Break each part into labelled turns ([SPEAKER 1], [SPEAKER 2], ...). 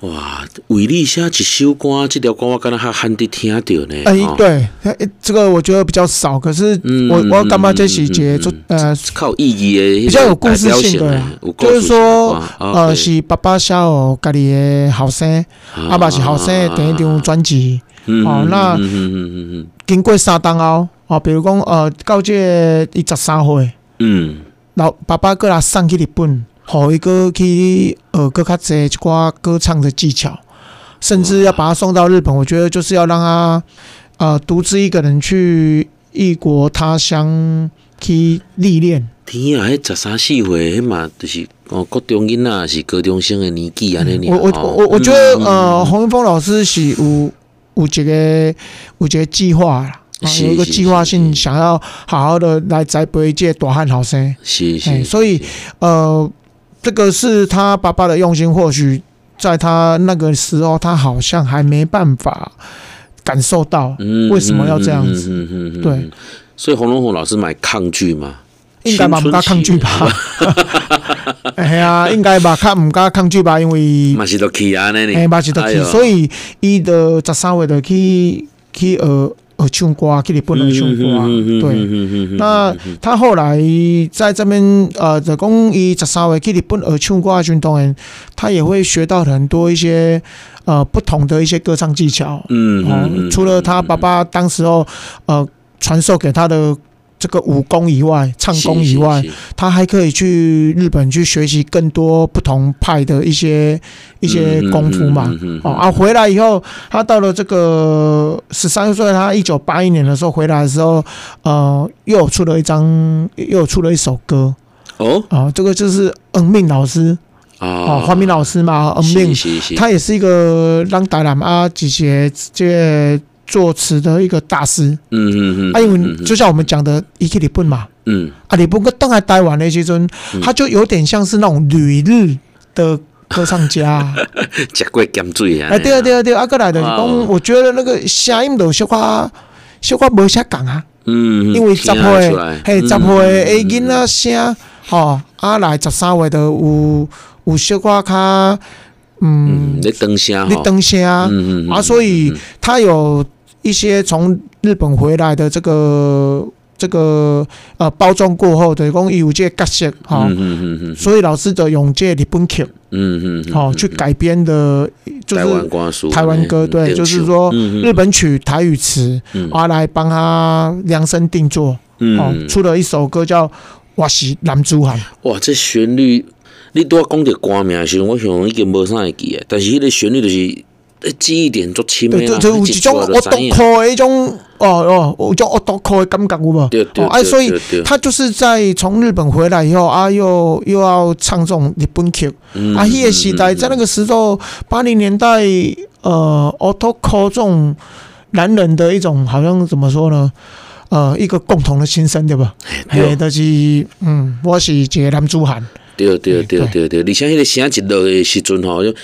[SPEAKER 1] 哇，为你写一首歌，这条歌我敢若还罕地听着呢。
[SPEAKER 2] 哎、
[SPEAKER 1] 哦，
[SPEAKER 2] 对，哎这个我觉得比较少，可是
[SPEAKER 1] 嗯
[SPEAKER 2] 我、
[SPEAKER 1] 嗯
[SPEAKER 2] 我干嘛这
[SPEAKER 1] 嗯
[SPEAKER 2] 喜
[SPEAKER 1] 嗯
[SPEAKER 2] 节
[SPEAKER 1] 嗯
[SPEAKER 2] 做、
[SPEAKER 1] 嗯
[SPEAKER 2] 呃
[SPEAKER 1] 靠意义的，
[SPEAKER 2] 比较有故事性的
[SPEAKER 1] 的啊
[SPEAKER 2] 啊，，就是说呃
[SPEAKER 1] 是
[SPEAKER 2] 是爸爸写哦家己的后生，啊嘛是后生的第一张专辑，哦那
[SPEAKER 1] 嗯嗯嗯
[SPEAKER 2] 经过三冬后，哦比如讲呃到这伊十三岁，
[SPEAKER 1] 嗯嗯
[SPEAKER 2] 老爸爸过来送去日本，互伊个去学搁较济一寡歌唱的技巧，甚至要把他送到日本。我觉得就是要让他呃独自一个人去异国他乡去历练。
[SPEAKER 1] 天啊，迄十三四岁，迄嘛就是哦，高中囡仔是高中生的年纪安尼
[SPEAKER 2] 我
[SPEAKER 1] 尔。
[SPEAKER 2] 我
[SPEAKER 1] 哦
[SPEAKER 2] 我我觉得
[SPEAKER 1] 嗯
[SPEAKER 2] 呃，洪云峰老师是有有一个有一个计划啦，啊
[SPEAKER 1] 是
[SPEAKER 2] 有一个
[SPEAKER 1] 是
[SPEAKER 2] 计划
[SPEAKER 1] 是
[SPEAKER 2] 性，
[SPEAKER 1] 是
[SPEAKER 2] 想要好好的来栽培这大汉后生。
[SPEAKER 1] 是
[SPEAKER 2] 哎
[SPEAKER 1] 是，
[SPEAKER 2] 所以呃，这个是他爸爸的用心，或许在他那个时候，他好像还没办法感受到，
[SPEAKER 1] 嗯
[SPEAKER 2] 为什么要这样子？
[SPEAKER 1] 嗯嗯嗯嗯嗯嗯嗯
[SPEAKER 2] 对
[SPEAKER 1] 嗯所以洪龙虎老师买抗拒嘛，
[SPEAKER 2] 应该嘛
[SPEAKER 1] 青
[SPEAKER 2] 唔
[SPEAKER 1] 春
[SPEAKER 2] 敢
[SPEAKER 1] 期
[SPEAKER 2] 抗拒吧？ 哎呀，应该嘛较唔敢抗拒吧，因为
[SPEAKER 1] 嘛是都去安尼
[SPEAKER 2] 哎
[SPEAKER 1] 呢，
[SPEAKER 2] 嘛是得
[SPEAKER 1] 哎
[SPEAKER 2] 去，
[SPEAKER 1] 呦
[SPEAKER 2] 所以伊的十三岁就去去学学唱歌，去日本学唱
[SPEAKER 1] 嗯
[SPEAKER 2] 歌，啊对。
[SPEAKER 1] 对
[SPEAKER 2] 那
[SPEAKER 1] 嗯
[SPEAKER 2] 他后来在这边，呃，就讲伊十三岁去日本呃学唱歌的时候，当然他也会学到很多一些呃不同的一些歌唱技巧。
[SPEAKER 1] 嗯
[SPEAKER 2] 哦，除了他爸爸当时候呃传授给他的这个武功以外，唱功以外，，
[SPEAKER 1] 嗯嗯嗯嗯是是是
[SPEAKER 2] 他还可以去日本去学习更多不同派的一些一些功夫嘛。
[SPEAKER 1] 嗯嗯嗯嗯嗯
[SPEAKER 2] 哦啊，回来以后，他到了这个十三岁，他一九八一年的时候回来的时候，呃，又有出了一张，又有出了一首歌
[SPEAKER 1] 哦
[SPEAKER 2] 啊、这个就是恩命老师哦，
[SPEAKER 1] 啊
[SPEAKER 2] 黄明老师嘛，恩命
[SPEAKER 1] 是，是是，
[SPEAKER 2] 他也是一个让达兰啊几些这作词的一个大师。
[SPEAKER 1] 嗯嗯嗯，
[SPEAKER 2] 啊，因
[SPEAKER 1] 嗯
[SPEAKER 2] 为就像我们讲的，伊去日本嘛，
[SPEAKER 1] 嗯
[SPEAKER 2] 啊，日本个当来台湾的时阵，他就有点像是那种旅日的歌唱家啊。
[SPEAKER 1] 嗯，食过咸水啊，
[SPEAKER 2] 哎，对啊，对啊，对啊，啊，过来的是
[SPEAKER 1] 哦
[SPEAKER 2] 讲，我觉得那个声音都小可小可无啥共啊，
[SPEAKER 1] 嗯，嗯，
[SPEAKER 2] 因为十
[SPEAKER 1] 听
[SPEAKER 2] 岁
[SPEAKER 1] 得出
[SPEAKER 2] 的
[SPEAKER 1] 来，
[SPEAKER 2] 嘿，十岁的诶
[SPEAKER 1] 嗯
[SPEAKER 2] 囡仔声，吼，啊来十三岁的有有小可较，嗯
[SPEAKER 1] 嗯，，你当声
[SPEAKER 2] 你
[SPEAKER 1] 啊吼，
[SPEAKER 2] 当声啊，
[SPEAKER 1] 嗯嗯嗯
[SPEAKER 2] 啊，所以他有一些从日本回来的这个这个呃包装过后的，讲伊有这个角色哈、
[SPEAKER 1] 嗯嗯嗯嗯
[SPEAKER 2] 所以老师就用这个日本曲
[SPEAKER 1] 嗯嗯嗯，
[SPEAKER 2] 哈、去改编的，就
[SPEAKER 1] 台湾
[SPEAKER 2] 是
[SPEAKER 1] 歌词，
[SPEAKER 2] 台湾歌，
[SPEAKER 1] 嗯
[SPEAKER 2] 对，就是说日，本曲台语词，
[SPEAKER 1] 嗯嗯
[SPEAKER 2] 啊来帮他量身定做
[SPEAKER 1] 嗯
[SPEAKER 2] 哦、
[SPEAKER 1] 嗯
[SPEAKER 2] 出了一首歌叫《我是男子汉》，
[SPEAKER 1] 哇，这旋律，你拄仔讲着歌名的时候，我想已经无啥会记啊，但是迄个旋律就是。呃记忆点足深的
[SPEAKER 2] 对，
[SPEAKER 1] 啦，
[SPEAKER 2] 就就有
[SPEAKER 1] 你
[SPEAKER 2] 一种
[SPEAKER 1] 抓就
[SPEAKER 2] 恶毒
[SPEAKER 1] 知影
[SPEAKER 2] 酷的一种，哦哦，有一种恶毒酷的感觉有无？
[SPEAKER 1] 对对
[SPEAKER 2] 哦，哎，
[SPEAKER 1] 对
[SPEAKER 2] 所以
[SPEAKER 1] 对对
[SPEAKER 2] 他就是在从日本回来以后啊，又又要唱这种日本曲、
[SPEAKER 1] 嗯
[SPEAKER 2] 啊，迄个时代在那个时候八零年代，呃，auto call 这种男人的一种好像怎么说呢？呃，一个共同的心声对吧？
[SPEAKER 1] 对
[SPEAKER 2] 嘿，就是嗯，我是一个男子汉，
[SPEAKER 1] 对对对
[SPEAKER 2] 哎
[SPEAKER 1] 对对，而且迄个声一落的时阵吼，就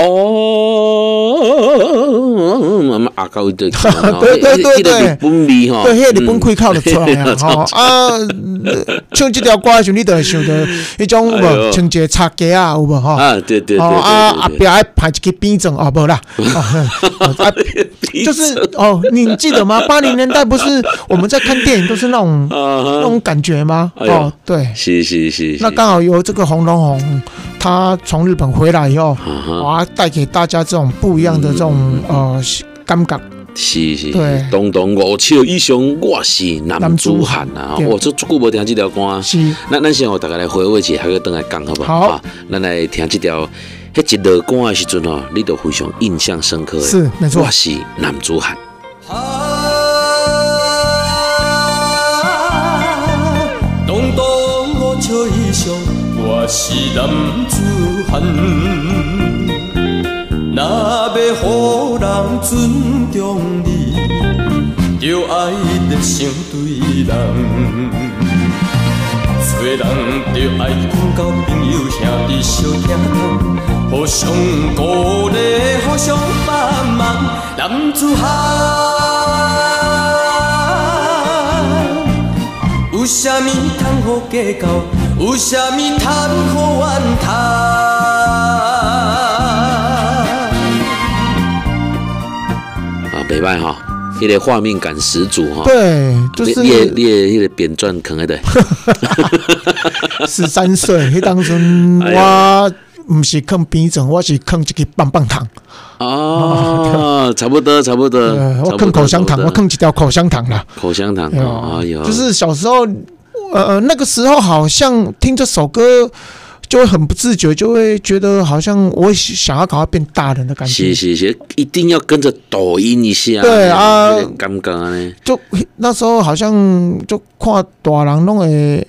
[SPEAKER 1] 哦，嘛啊到对，
[SPEAKER 2] 对对对
[SPEAKER 1] 迄个
[SPEAKER 2] 对
[SPEAKER 1] 日本味吼，
[SPEAKER 2] 对，迄个日本
[SPEAKER 1] 嗯
[SPEAKER 2] 开口就出来 啊！吼啊，呃唱即条歌的时候，你就会想到迄种有
[SPEAKER 1] 哎呦
[SPEAKER 2] 无，穿一个插鞋啊，有无吼？哦
[SPEAKER 1] 啊，对对对对
[SPEAKER 2] 啊，
[SPEAKER 1] 对
[SPEAKER 2] 后
[SPEAKER 1] 对
[SPEAKER 2] 壁爱排一个边整哦，无啦，哦 啊，就是哦，你记得吗？八零年代不是我们在看电影都是那 种
[SPEAKER 1] 啊哈
[SPEAKER 2] 那种感觉吗？
[SPEAKER 1] 哎呦
[SPEAKER 2] 哦，对，
[SPEAKER 1] 是是是，是
[SPEAKER 2] 那刚好由这个红龙红他从日本回来以后，
[SPEAKER 1] 啊
[SPEAKER 2] 哇，带给大家这种不一样的这
[SPEAKER 1] 嗯
[SPEAKER 2] 种呃感觉。
[SPEAKER 1] 哦是是，
[SPEAKER 2] 对
[SPEAKER 1] 是当当五笑以上，我是男子汉啊！
[SPEAKER 2] 对
[SPEAKER 1] 我这这久无听这条歌，啊
[SPEAKER 2] 是
[SPEAKER 1] 咱咱先让大家来回味一下，还要等来讲好不
[SPEAKER 2] 好
[SPEAKER 1] 啊咱来听这条，迄一落歌的时阵哦，你都非常印象深刻的。
[SPEAKER 2] 是没错
[SPEAKER 1] 我是男子汉。
[SPEAKER 3] 啊，当当五笑以上，我是男子汉。若要予人尊重你，就爱热心对人。做人就爱讲交朋友兄弟相疼痛，互相鼓励，互相帮忙，男子汉。有啥物通好计较，有啥物通好怨叹。
[SPEAKER 1] 啊袂歹吼，迄、个画面感十足吼。
[SPEAKER 2] 对，就
[SPEAKER 1] 你
[SPEAKER 2] 是
[SPEAKER 1] 你的你的迄个扁钻坑喺 对，
[SPEAKER 2] 十三岁，迄当时
[SPEAKER 1] 哎
[SPEAKER 2] 我毋是啃边枕，我是啃一个棒棒糖，
[SPEAKER 1] 哦，差不多差不多
[SPEAKER 2] 呃，，
[SPEAKER 1] 嗯差
[SPEAKER 2] 我
[SPEAKER 1] 不多
[SPEAKER 2] 啃口香糖，
[SPEAKER 1] 差
[SPEAKER 2] 我
[SPEAKER 1] 不多
[SPEAKER 2] 啃一条口香糖啦。
[SPEAKER 1] 口香糖，
[SPEAKER 2] 哎
[SPEAKER 1] 哦哎
[SPEAKER 2] 呦
[SPEAKER 1] 呦，
[SPEAKER 2] 就是小时候，呃呃，那个时候好像听这首歌，就会很不自觉，就会觉得好像我想要赶快变大人的感觉
[SPEAKER 1] 是。是是，一定要跟着抖音一下，
[SPEAKER 2] 对啊
[SPEAKER 1] 那个感觉呢，
[SPEAKER 2] 就那时候好像就看大人拢会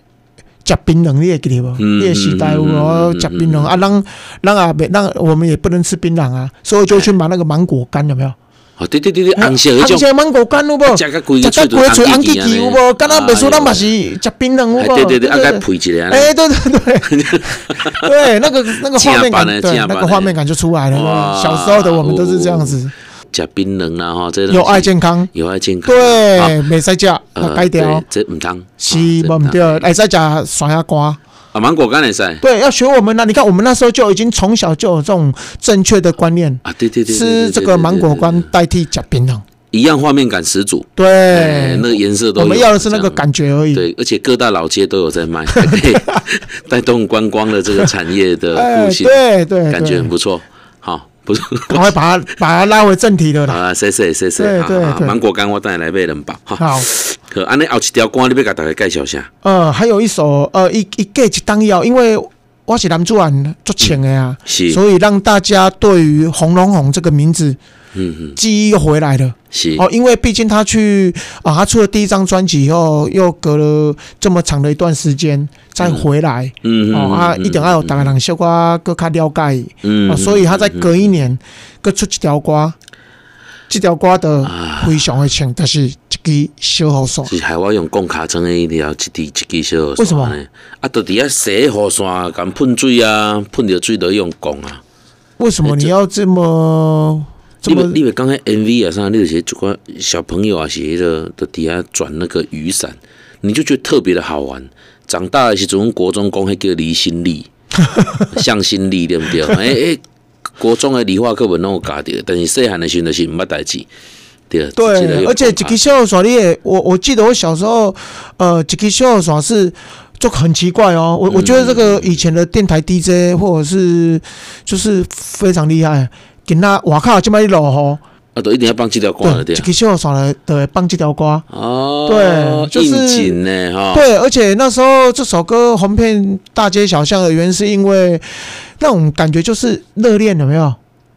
[SPEAKER 2] 食槟榔，你会记得无？
[SPEAKER 1] 嗯
[SPEAKER 2] 你的时代有哦，食槟榔啊，咱咱也别，咱我们也不能吃槟榔啊，所以就去买那个芒果干，有没有？
[SPEAKER 1] 哦对对对对，红色迄
[SPEAKER 2] 哎红
[SPEAKER 1] 种，啊
[SPEAKER 2] 色芒果干有无？
[SPEAKER 1] 食到规
[SPEAKER 2] 食
[SPEAKER 1] 个嘴
[SPEAKER 2] 到规
[SPEAKER 1] 都
[SPEAKER 2] 嘴
[SPEAKER 1] 红
[SPEAKER 2] 红
[SPEAKER 1] 滴
[SPEAKER 2] 滴
[SPEAKER 1] 滴
[SPEAKER 2] 滴有
[SPEAKER 1] 安尼
[SPEAKER 2] 无？敢若袂输，
[SPEAKER 1] 哎呦
[SPEAKER 2] 咱嘛是食槟榔有
[SPEAKER 1] 哎
[SPEAKER 2] 无？
[SPEAKER 1] 对对对，啊该配一个，
[SPEAKER 2] 哎，对哎对对，
[SPEAKER 1] 啊
[SPEAKER 2] 对，那个那个画面
[SPEAKER 1] 正
[SPEAKER 2] 感，
[SPEAKER 1] 版的
[SPEAKER 2] 对，
[SPEAKER 1] 正版的
[SPEAKER 2] 那个画面感就出来了。
[SPEAKER 1] 哇哦
[SPEAKER 2] 小时候的我们都是这样子，
[SPEAKER 1] 食槟榔啦吼，这
[SPEAKER 2] 有爱健康，
[SPEAKER 1] 有爱健康，啊
[SPEAKER 2] 对，没在家，
[SPEAKER 1] 呃
[SPEAKER 2] 改掉
[SPEAKER 1] 对，这唔通，
[SPEAKER 2] 是
[SPEAKER 1] 啊这
[SPEAKER 2] 无
[SPEAKER 1] 唔
[SPEAKER 2] 唔
[SPEAKER 1] 通
[SPEAKER 2] 对，哎，在家酸下瓜，
[SPEAKER 1] 啊，芒果干会使，啊
[SPEAKER 2] 对，要学我们那，你看我们那时候就已经从小就有这种正确的观念，
[SPEAKER 1] 对对对对，
[SPEAKER 2] 吃
[SPEAKER 1] 对
[SPEAKER 2] 这个芒果，干
[SPEAKER 1] 对对对
[SPEAKER 2] 代替假槟榔，
[SPEAKER 1] 对一样画面感十足，哎
[SPEAKER 2] 对，
[SPEAKER 1] 那个颜色都
[SPEAKER 2] 我
[SPEAKER 1] 有
[SPEAKER 2] 们要的是那个。
[SPEAKER 1] 这样
[SPEAKER 2] 感觉而已。
[SPEAKER 1] 对，而且各大老街都有在卖， 还可以带动观光的这个产业的
[SPEAKER 2] 哎，
[SPEAKER 1] 复兴，
[SPEAKER 2] 对对，
[SPEAKER 1] 感觉很
[SPEAKER 2] 对，
[SPEAKER 1] 不错。好，不错。
[SPEAKER 2] 赶快把它把它拉回正题了啦。
[SPEAKER 1] 啊，谢谢谢谢，
[SPEAKER 2] 对
[SPEAKER 1] 啊
[SPEAKER 2] 对
[SPEAKER 1] 啊
[SPEAKER 2] 对
[SPEAKER 1] 芒果干我等下来买两包哈。
[SPEAKER 2] 好。
[SPEAKER 1] 好，安尼后一条歌你要甲大家介绍下，
[SPEAKER 2] 呃，还有一首呃，一一个一当药，因为我是男主人作情的啊，
[SPEAKER 1] 是，
[SPEAKER 2] 所以让大家对于红龙红这个名字
[SPEAKER 1] 嗯嗯，
[SPEAKER 2] 记忆又回来了
[SPEAKER 1] 是，
[SPEAKER 2] 哦，因为毕竟他去啊、他出了第一张专辑以后，又隔了这么长的一段时间再回来、
[SPEAKER 1] 嗯
[SPEAKER 2] 哦啊，一定要有大家人小可更较了解、
[SPEAKER 1] 嗯
[SPEAKER 2] 哦，所以他在隔一年各出一条歌，这条歌的
[SPEAKER 1] 啊
[SPEAKER 2] 非常的强，但是一支小雨伞。
[SPEAKER 1] 是害我用贡卡装的一条一滴一滴小雨伞
[SPEAKER 2] 为什么
[SPEAKER 1] 呢？啊，就伫遐洗雨伞，共喷水啊，喷着水就用贡啊。
[SPEAKER 2] 为什么你要这么这
[SPEAKER 1] 你
[SPEAKER 2] 么
[SPEAKER 1] 们你们刚才 MV 啊啥，你就是就个小朋友啊，是迄个在底下转那个雨伞，你就觉得特别的好玩。长大的时阵，国中讲迄叫离心 力、向心力，对不对？哎、哎、国中的理化课本拢有教着，但是细汉的时阵就是毋捌代志，对。这个
[SPEAKER 2] 对？
[SPEAKER 1] 有
[SPEAKER 2] 而且一
[SPEAKER 1] 办法
[SPEAKER 2] 个小耍你也，我我记得我小时候，呃，一个小耍是就很奇怪哦。我我觉得这个以前的电台 DJ 或者是就是非常厉害，给那外口这么一落
[SPEAKER 1] 啊，都一定要放这条歌
[SPEAKER 2] 雨，
[SPEAKER 1] 了，啊对
[SPEAKER 2] 对，一。个小耍来对放这条歌。
[SPEAKER 1] 哦，
[SPEAKER 2] 对就是
[SPEAKER 1] 应景呢，哈。
[SPEAKER 2] 对，而且那时候这首歌红遍大街小巷的原因，是因为那种感觉就是热恋，有没有？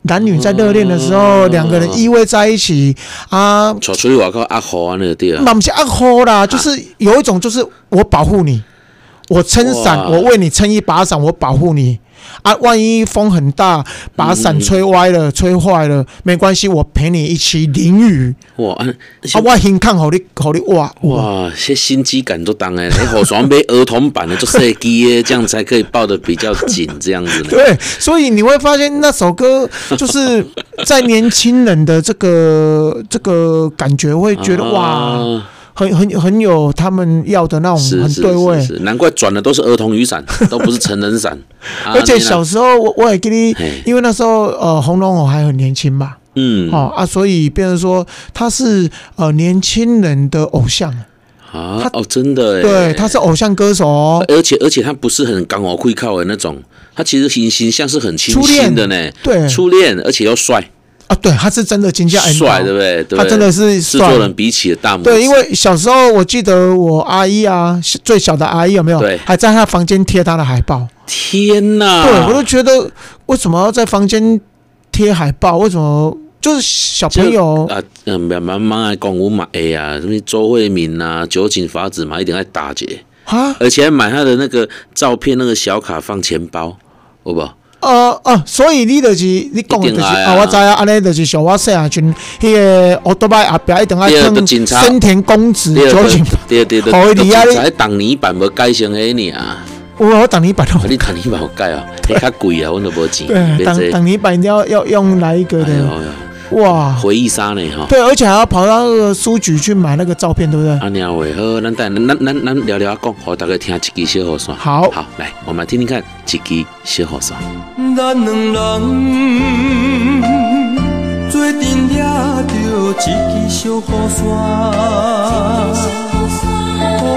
[SPEAKER 2] 男女在热恋的时候，
[SPEAKER 1] 嗯
[SPEAKER 2] 两个人依偎在一起啊，
[SPEAKER 1] 带出去外口压雨安尼就对啊。
[SPEAKER 2] 那不是暗吼啦，就是有一种就是我保护你，我撑伞，
[SPEAKER 1] 哇
[SPEAKER 2] 我为你撑一把伞，我保护你啊。万一风很大，把伞吹歪了、
[SPEAKER 1] 嗯
[SPEAKER 2] 吹坏了，没关系，我陪你一起淋雨
[SPEAKER 1] 哇，啊
[SPEAKER 2] 啊。我很看好你，好你哇哇，
[SPEAKER 1] 哇，这心机感都当哎，那雨伞买儿童版的，就设计的，这样才可以抱得比较紧，这样子呢。
[SPEAKER 2] 对，所以你会发现那首歌就是在年轻人的这 个这个感觉，会觉得哇，
[SPEAKER 1] 啊
[SPEAKER 2] 很很很有他们要的那种
[SPEAKER 1] 是
[SPEAKER 2] 很
[SPEAKER 1] 是
[SPEAKER 2] 对味
[SPEAKER 1] 是。是，难怪转的都是儿童雨 伞，都不是成人伞。啊
[SPEAKER 2] 而且
[SPEAKER 1] 你
[SPEAKER 2] 小
[SPEAKER 1] 呢
[SPEAKER 2] 时候我我也给你
[SPEAKER 1] 嘿，
[SPEAKER 2] 因为那时候呃红龙我还很年轻嘛，
[SPEAKER 1] 嗯
[SPEAKER 2] 哦啊，所以变成说他是呃年轻人的偶像，
[SPEAKER 1] 啊哦，真的哎，
[SPEAKER 2] 对，他是偶像歌手哦，
[SPEAKER 1] 而且而且他不是很刚好会靠的那种，他其实形形象是很清
[SPEAKER 2] 初
[SPEAKER 1] 新
[SPEAKER 2] 恋
[SPEAKER 1] 的呢，
[SPEAKER 2] 对
[SPEAKER 1] 初恋，而且又帅，
[SPEAKER 2] 啊，对，他是真的金价
[SPEAKER 1] 帅对不对？对不对，
[SPEAKER 2] 他真的是
[SPEAKER 1] 制
[SPEAKER 2] 帅
[SPEAKER 1] 作人比起的大拇指，
[SPEAKER 2] 对，因为小时候我记得我阿姨啊，最小的阿姨有没有
[SPEAKER 1] 对，啊
[SPEAKER 2] 还在她房间贴她的海报，
[SPEAKER 1] 天哪，
[SPEAKER 2] 对我就觉得为什么要在房间贴海报？为什么就是小朋友
[SPEAKER 1] 啊，嗯，慢慢慢爱讲，我买啊，什么周慧敏啊，酒井法子嘛，一定爱打劫，
[SPEAKER 2] 啊？
[SPEAKER 1] 而且还买他的那个照片那个小卡放钱包，好不好？
[SPEAKER 2] 呃呃，所以你就是你讲的就
[SPEAKER 1] 一
[SPEAKER 2] 是
[SPEAKER 1] 定爱啊
[SPEAKER 2] 啊，我知啊，安尼就是像我细汉时阵，迄个奥特曼后壁一定爱
[SPEAKER 1] 第二个
[SPEAKER 2] 放
[SPEAKER 1] 警察
[SPEAKER 2] 森田公子
[SPEAKER 1] 第二
[SPEAKER 2] 酒
[SPEAKER 1] 个
[SPEAKER 2] 井，，
[SPEAKER 1] 第二第二，
[SPEAKER 2] 好
[SPEAKER 1] 你
[SPEAKER 2] 你啊
[SPEAKER 1] 啊，
[SPEAKER 2] 你
[SPEAKER 1] 才挡泥板无改成迄呢啊，
[SPEAKER 2] 我我当年版
[SPEAKER 1] 啊 你挡泥板有改哦，迄较贵啊，阮都无钱，
[SPEAKER 2] 对，当
[SPEAKER 1] 这
[SPEAKER 2] 当年版要要用来一个
[SPEAKER 1] 哎呦
[SPEAKER 2] 的
[SPEAKER 1] 哎呦，
[SPEAKER 2] 哇，
[SPEAKER 1] 回忆杀呢吼。
[SPEAKER 2] 对，而且还要跑到那个书局去买那个照片，对不对？
[SPEAKER 1] 阿娘喂，好，咱等下咱咱咱聊聊啊，讲，好，大家听一支小雨伞。
[SPEAKER 2] 好
[SPEAKER 1] 好，来，我们来听听看一支小雨伞。
[SPEAKER 3] 咱两人做阵抓着一支小雨伞。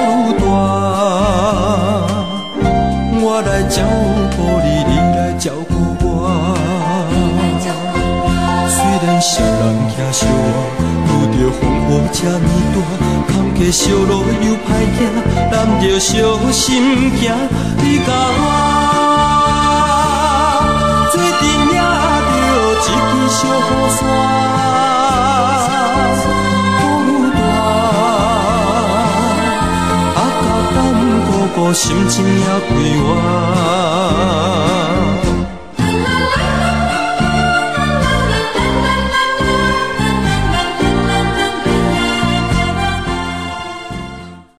[SPEAKER 3] 雨大，我来照顾你，你来照顾我。虽然小人惊小我，遇着风雨这呢大，坎坷小路又歹行，咱着小心行。你甲我做阵领着一支小雨伞，雨大。啊，甲咱哥哥心情也快活。